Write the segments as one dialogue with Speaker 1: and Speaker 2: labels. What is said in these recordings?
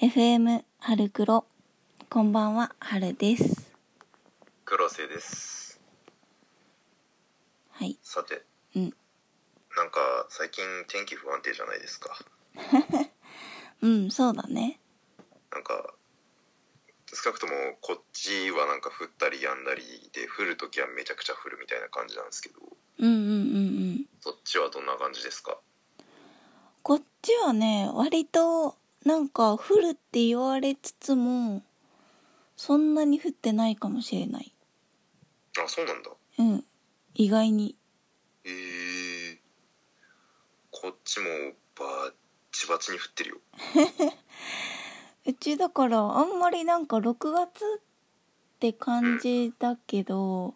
Speaker 1: FM 春黒こんばんは春です
Speaker 2: 黒瀬です
Speaker 1: はい
Speaker 2: さて
Speaker 1: うん
Speaker 2: なんか最近天気不安定じゃないですか
Speaker 1: うんそうだね
Speaker 2: なんか少なくともこっちはなんか降ったりやんだりで降る時はめちゃくちゃ降るみたいな感じなんですけど
Speaker 1: うんうんうんうん
Speaker 2: そっちはどんな感じですか
Speaker 1: こっちはね割となんか降るって言われつつもそんなに降ってないかもしれない
Speaker 2: あそうなんだ
Speaker 1: うん意外に
Speaker 2: えー、こっちもバッチバチに降ってるよ
Speaker 1: うちだからあんまりなんか6月って感じだけど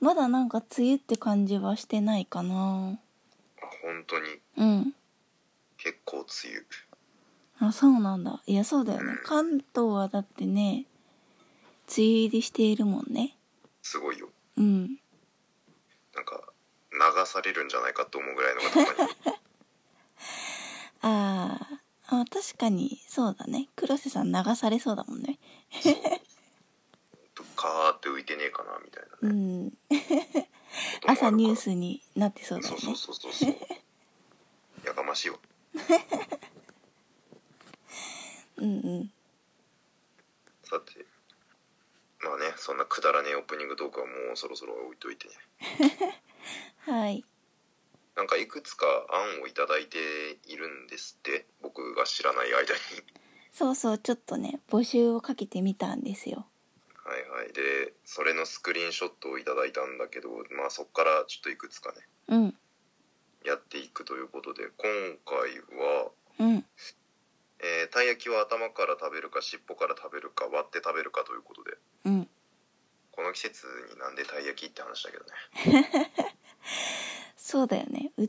Speaker 1: まだなんか梅雨って感じはしてないかな
Speaker 2: あ本当に
Speaker 1: うん
Speaker 2: 結構梅雨
Speaker 1: あそうなんだいやそうだよね関東はだってね梅雨入りしているもんね
Speaker 2: すごいよ
Speaker 1: うん
Speaker 2: なんか流されるんじゃないかと思うぐらいのがたま に
Speaker 1: あーあ確かにそうだね黒瀬さん流されそうだもんね
Speaker 2: どっかーって浮いてねえかなみたいなね、
Speaker 1: うん朝ニュースになってそうだ
Speaker 2: そ
Speaker 1: よ
Speaker 2: う
Speaker 1: ね
Speaker 2: そうそうそうそう やかましいわ
Speaker 1: うんうん
Speaker 2: さてまあねそんなくだらねえオープニングトークはもうそろそろ置いといてね
Speaker 1: はい
Speaker 2: なんかいくつか案をいただいているんですって僕が知らない間に
Speaker 1: そうそうちょっとね募集をかけてみたんですよ
Speaker 2: はいはいでそれのスクリーンショットをいただいたんだけどまあそっからちょっといくつかね
Speaker 1: うん
Speaker 2: やっていくということで今回は、
Speaker 1: うん
Speaker 2: えーたい焼きは頭から食べるか尻尾から食べるか割って食べるかということで
Speaker 1: うん
Speaker 2: この季節になんでたい焼きって話だけどね
Speaker 1: そうだよねう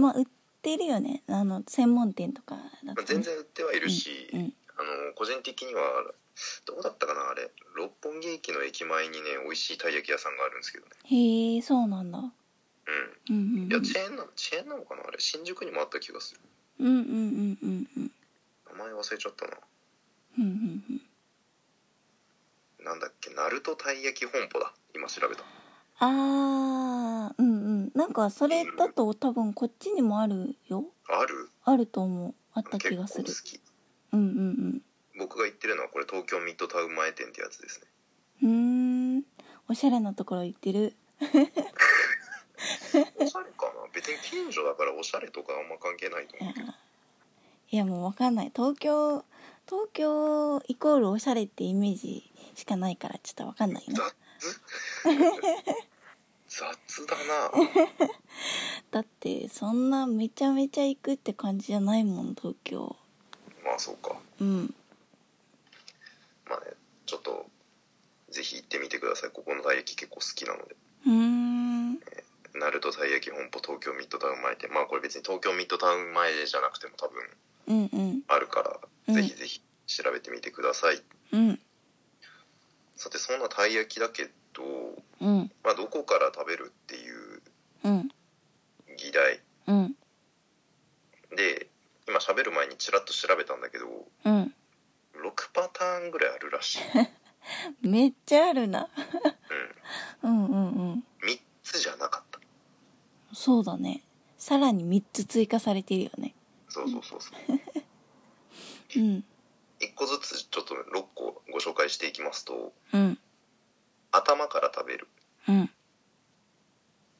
Speaker 1: まあ売ってるよねあの専門店とかだ
Speaker 2: ま
Speaker 1: と
Speaker 2: あ、
Speaker 1: ね
Speaker 2: 全然売ってはいるし、
Speaker 1: うん
Speaker 2: あの個人的にはどうだったかなあれ六本木駅の駅前にね美味しいたい焼き屋さんがあるんですけどね
Speaker 1: へえそうなんだうんうんう
Speaker 2: うんんいやチェーンなチェーンなのかなあれ新宿にもあった気がする
Speaker 1: うんうんうんうんうん
Speaker 2: 名前忘れちゃったな
Speaker 1: うんうんうん
Speaker 2: なんだっけ鳴門たい焼き本舗だ今調べた
Speaker 1: あーうんうんなんかそれだと多分こっちにもあるよ
Speaker 2: ある
Speaker 1: あると思うあった
Speaker 2: 結
Speaker 1: 気
Speaker 2: 構
Speaker 1: が
Speaker 2: 好
Speaker 1: する
Speaker 2: き
Speaker 1: うんうん
Speaker 2: 僕が行ってるのはこれ東京ミッドタウン前店ってやつですね
Speaker 1: うんうーんおしゃれなところ行ってる
Speaker 2: おしゃれかな 別に近所だからおしゃれとかあんま関係ないと
Speaker 1: い
Speaker 2: 思
Speaker 1: や
Speaker 2: うけど
Speaker 1: いやもうわかんない東京東京イコールおしゃれってイメージしかないからちょっとわかんないな
Speaker 2: 雑雑 だな
Speaker 1: だってそんなめちゃめちゃ行くって感じじゃないもん東京
Speaker 2: まあそうか
Speaker 1: うん
Speaker 2: まあねちょっとぜひ行ってみてくださいここのたい焼き結構好きなので
Speaker 1: うーん
Speaker 2: 鳴門たい焼き本舗東京ミッドタウン前でまあこれ別に東京ミッドタウン前じゃなくても多分
Speaker 1: うんうん
Speaker 2: あるから、
Speaker 1: うん
Speaker 2: ぜひぜひ調べてみてください
Speaker 1: うん
Speaker 2: さてそんなたい焼きだけど、
Speaker 1: うん
Speaker 2: まあ、どこから食べるっていう
Speaker 1: うん
Speaker 2: 議題
Speaker 1: うん
Speaker 2: で今喋る前にちらっと調べたんだけど
Speaker 1: うん
Speaker 2: 6パターンぐらいある らしい、
Speaker 1: めっちゃあるな
Speaker 2: う
Speaker 1: うんうんうん
Speaker 2: ん、3つじゃなかった
Speaker 1: そうだねさらに3つ追加されてるよね
Speaker 2: そうそうそうそう
Speaker 1: うん
Speaker 2: 1個ずつちょっと6個ご紹介していきますと
Speaker 1: うん
Speaker 2: 頭から食べる
Speaker 1: うん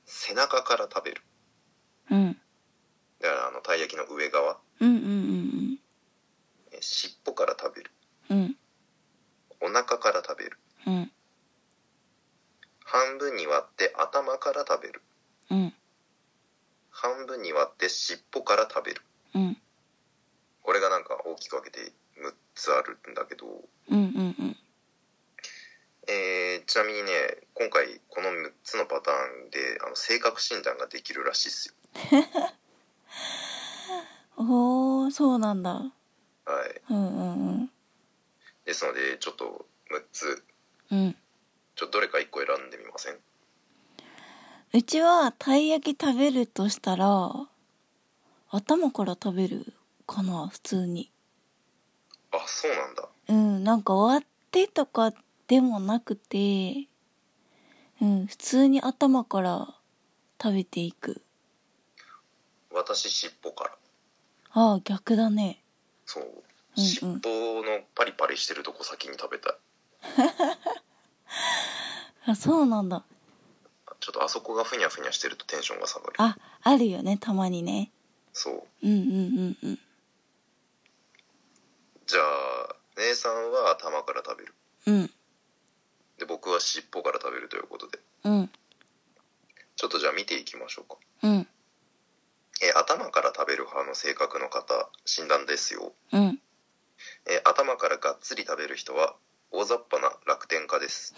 Speaker 2: 背中から食べる
Speaker 1: うん
Speaker 2: だからあのたい焼きの上側
Speaker 1: うんうんうん
Speaker 2: えー尻尾から食べる
Speaker 1: うんうん
Speaker 2: お腹から食べる
Speaker 1: うん
Speaker 2: 半分に割って頭から食べる
Speaker 1: うん
Speaker 2: 半分に割って尻尾から食べる
Speaker 1: うん
Speaker 2: これがなんか大きく分けて6つあるんだけど、
Speaker 1: うんうんうん
Speaker 2: えーちなみにね今回この6つのパターンであの性格診断ができるらしいっすよ
Speaker 1: おーそうなんだ
Speaker 2: はい
Speaker 1: うんうんうん
Speaker 2: ですのでちょっと6つ
Speaker 1: うん
Speaker 2: ちょっとどれか1個選んでみません
Speaker 1: うちはたい焼き食べるとしたら頭から食べるかな普通に
Speaker 2: あそうなんだ
Speaker 1: うんなんか終わってとかでもなくてうん普通に頭から食べていく
Speaker 2: 私尻尾から
Speaker 1: ああ逆だね
Speaker 2: そう
Speaker 1: うん
Speaker 2: 尻尾のパリパリしてるとこ先に食べたい
Speaker 1: あそうなんだ
Speaker 2: ちょっとあそこがふにゃふにゃしてるとテンションが下がる
Speaker 1: ああるよねたまにね
Speaker 2: そう
Speaker 1: うんうんうんうん
Speaker 2: じゃあ姉さんは頭から食べる
Speaker 1: うん
Speaker 2: で僕は尻尾から食べるということで
Speaker 1: うん
Speaker 2: ちょっとじゃあ見ていきましょうか
Speaker 1: うん
Speaker 2: えー頭から食べる派の性格の方診断ですよ、
Speaker 1: うん
Speaker 2: えー頭からがっつり食べる人は大雑把な楽天家です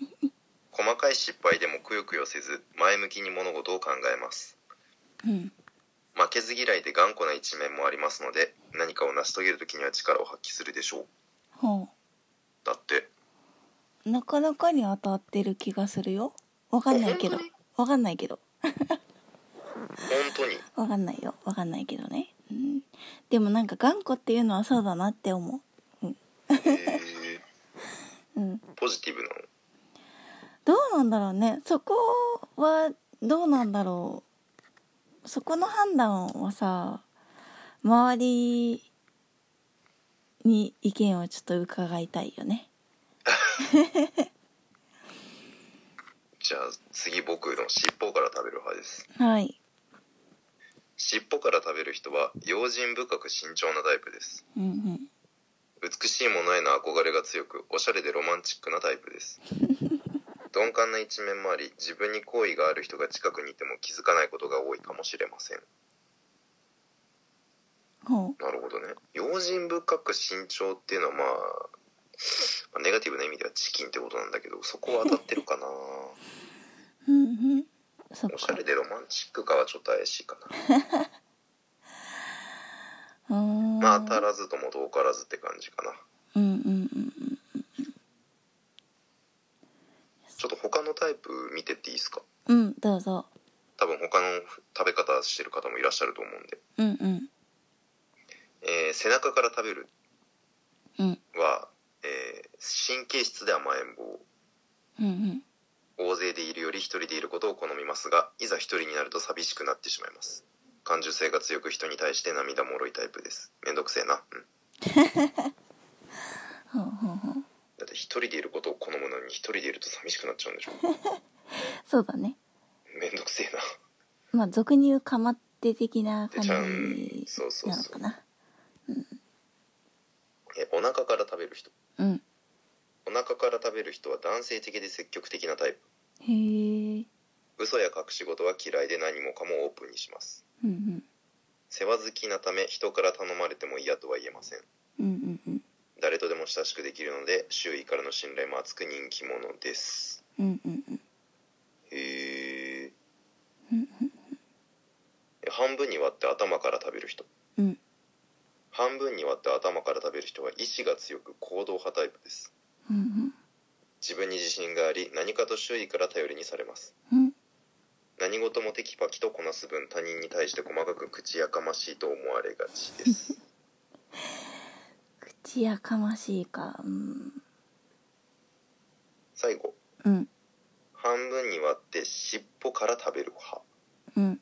Speaker 2: 細かい失敗でもくよくよせず前向きに物事を考えます
Speaker 1: うん
Speaker 2: 負けず嫌いで頑固な一面もありますので何かを成し遂げる時には力を発揮するでしょう
Speaker 1: ほ
Speaker 2: だって
Speaker 1: うなかなかに当たってる気がするよわかんないけど
Speaker 2: え本
Speaker 1: わ
Speaker 2: 当に
Speaker 1: かんないけど
Speaker 2: 本当 に
Speaker 1: わかんないよわかんないけどね、うん、でもなんか頑固っていうのはそうだなって思
Speaker 2: へー
Speaker 1: ううん
Speaker 2: ポジティブなの
Speaker 1: どうなんだろうねそこはどうなんだろうそこの判断はさ周りに意見をちょっと伺いたいよね
Speaker 2: じゃあ次僕の尻尾から食べる派です
Speaker 1: はい
Speaker 2: 尻尾から食べる人は用心深く慎重なタイプです
Speaker 1: うん
Speaker 2: 美しいものへの憧れが強くおしゃれでロマンチックなタイプです鈍感な一面もあり自分に好意がある人が近くにいても気づかないことが多いかもしれません
Speaker 1: うんほ
Speaker 2: なるほどね用心深く慎重っていうのはまあまあネガティブな意味ではチキンってことなんだけどそこは当たってるかな
Speaker 1: ううんうんそっ
Speaker 2: おしゃ
Speaker 1: か
Speaker 2: れでロマンチックかはちょっと怪しいかな
Speaker 1: うーん
Speaker 2: まあ当たらずとも遠からずって感じかな
Speaker 1: うんうんうんうん
Speaker 2: ちょっと他のタイプ見てっていいですか
Speaker 1: うんどうぞ
Speaker 2: 多分他の食べ方してる方もいらっしゃると思うんで
Speaker 1: うんうん
Speaker 2: えー背中から食べる
Speaker 1: うん
Speaker 2: は、えー神経質で甘えん坊
Speaker 1: うんうん
Speaker 2: 大勢でいるより一人でいることを好みますがいざ一人になると寂しくなってしまいます感受性が強く人に対して涙もろいタイプですめんどくせえなうん
Speaker 1: ほうほうほう
Speaker 2: だって一人でいることを好むのに一人でいると寂しくなっち ゃうんでしょ
Speaker 1: そうだね
Speaker 2: めんどくせえな
Speaker 1: まあ俗に言うかまって的な感じなの
Speaker 2: でちゃうそうそうそう
Speaker 1: かな
Speaker 2: えお腹から食べる人
Speaker 1: うん
Speaker 2: お腹から食べる人は男性的で積極的なタイプ
Speaker 1: へえ
Speaker 2: 嘘や隠し事は嫌いで何もかもオープンにします
Speaker 1: うんうん
Speaker 2: 世話好きなため人から頼まれても嫌とは言えません
Speaker 1: うんうん
Speaker 2: 誰とでも親しくできるので周囲からの信頼も厚く人気者です
Speaker 1: うんうんうんうん
Speaker 2: へえ半分に割って頭から食べる人
Speaker 1: うん
Speaker 2: 半分に割って頭から食べる人は意志が強く行動派タイプです
Speaker 1: うん
Speaker 2: 自分に自信があり何かと周囲から頼りにされます
Speaker 1: うん
Speaker 2: 何事もテキパキとこなす分他人に対して細かく口やかましいと思われがちです
Speaker 1: 口やかましいかうん
Speaker 2: 最後
Speaker 1: うん
Speaker 2: 半分に割って尻尾から食べる派
Speaker 1: うん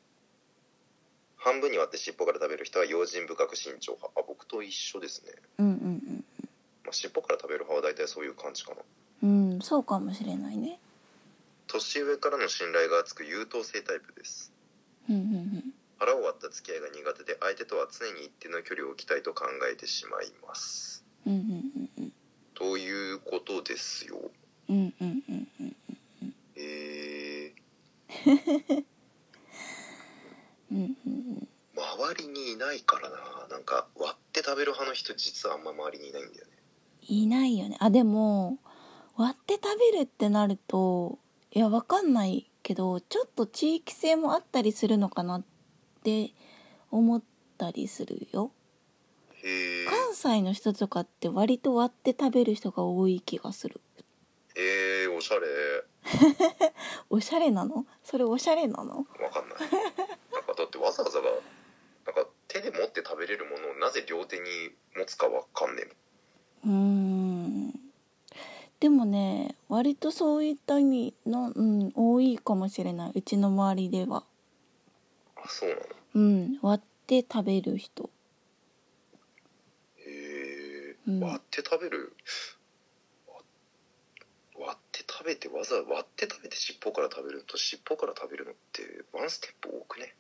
Speaker 2: 半分に割って尻尾から食べる人は用心深く慎重派あ僕と一緒ですね、
Speaker 1: うんうん
Speaker 2: まあ、尻尾から食べる派は大体そういう感じかな
Speaker 1: うんうんそうかもしれないね
Speaker 2: 年上からの信頼が厚く優等生タイプです
Speaker 1: うんうん
Speaker 2: 腹を割った付き合いが苦手で相手とは常に一定の距離を置きたいと考えてしまいます
Speaker 1: うんうんうんうん
Speaker 2: ということですよ
Speaker 1: うんうんうんうん
Speaker 2: えー、
Speaker 1: うんうん
Speaker 2: 周りにいないからななんか割って食べる派の人実はあんま周りにいないんだよね
Speaker 1: いないよねあでも割って食べるってなるといやわかんないけどちょっと地域性もあったりするのかなって思ったりするよ
Speaker 2: へえ
Speaker 1: 関西の人とかって割と割って食べる人が多い気がする
Speaker 2: えー、おしゃれ
Speaker 1: おしゃれなのそれおしゃれなの
Speaker 2: わかんないなんかだってわざわざがなんか手で持って食べれるものをなぜ両手に持つかわかんねえもん
Speaker 1: うーんでもね割とそういった意味の、うん、多いかもしれないうちの周りでは
Speaker 2: あそうなの
Speaker 1: うん割って食べる人
Speaker 2: へえ、
Speaker 1: うん
Speaker 2: 割って食べるわ割って食べてわざ割って食べて尻尾から食べるのと尻尾から食べるのってワンステップ多くね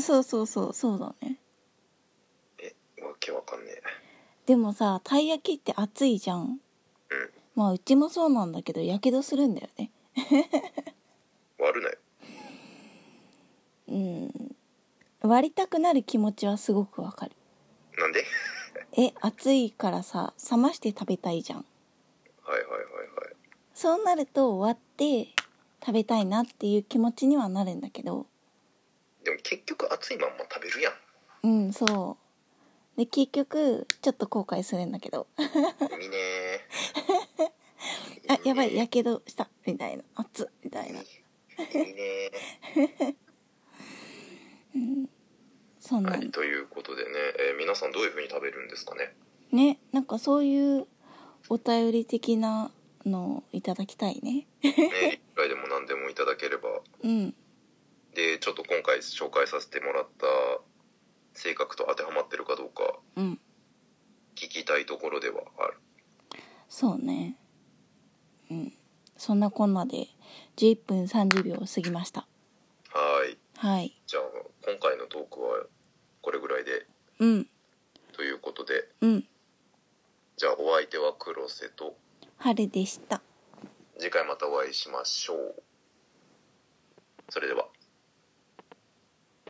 Speaker 1: そうそうそうそうだね
Speaker 2: えわけわかんねえ
Speaker 1: でもさたい焼きって熱いじゃん
Speaker 2: うん
Speaker 1: まあうちもそうなんだけどやけどするんだよね
Speaker 2: 割るなよ
Speaker 1: うん割りたくなる気持ちはすごくわかる
Speaker 2: なんで
Speaker 1: え熱いからさ冷まして食べたいじゃん
Speaker 2: はいはいはいはい
Speaker 1: そうなると割って食べたいなっていう気持ちにはなるんだけど
Speaker 2: でも結局熱いまんま食べるやん
Speaker 1: うんそうで結局ちょっと後悔するんだけど
Speaker 2: いいね
Speaker 1: あやばい
Speaker 2: い
Speaker 1: やけどしたみたいな熱っみたいない
Speaker 2: ねいいね
Speaker 1: そんな
Speaker 2: は
Speaker 1: ん
Speaker 2: いということでね、えー皆さんどういう風に食べるんですか ね
Speaker 1: ねなんかそういうお便り的なのをいただきたいね
Speaker 2: ねリプライでも何でもいただければ
Speaker 1: うん
Speaker 2: でちょっと今回紹介させてもらった性格と当てはまってるかどうか
Speaker 1: うん
Speaker 2: 聞きたいところではある
Speaker 1: そうねうんそんなこんなで11分30秒を過ぎました
Speaker 2: はい
Speaker 1: はい
Speaker 2: じゃあ今回のトークはこれぐらいで
Speaker 1: うん
Speaker 2: ということで
Speaker 1: うん
Speaker 2: じゃあお相手は黒瀬と
Speaker 1: 春でした
Speaker 2: 次回またお会いしましょうそれでは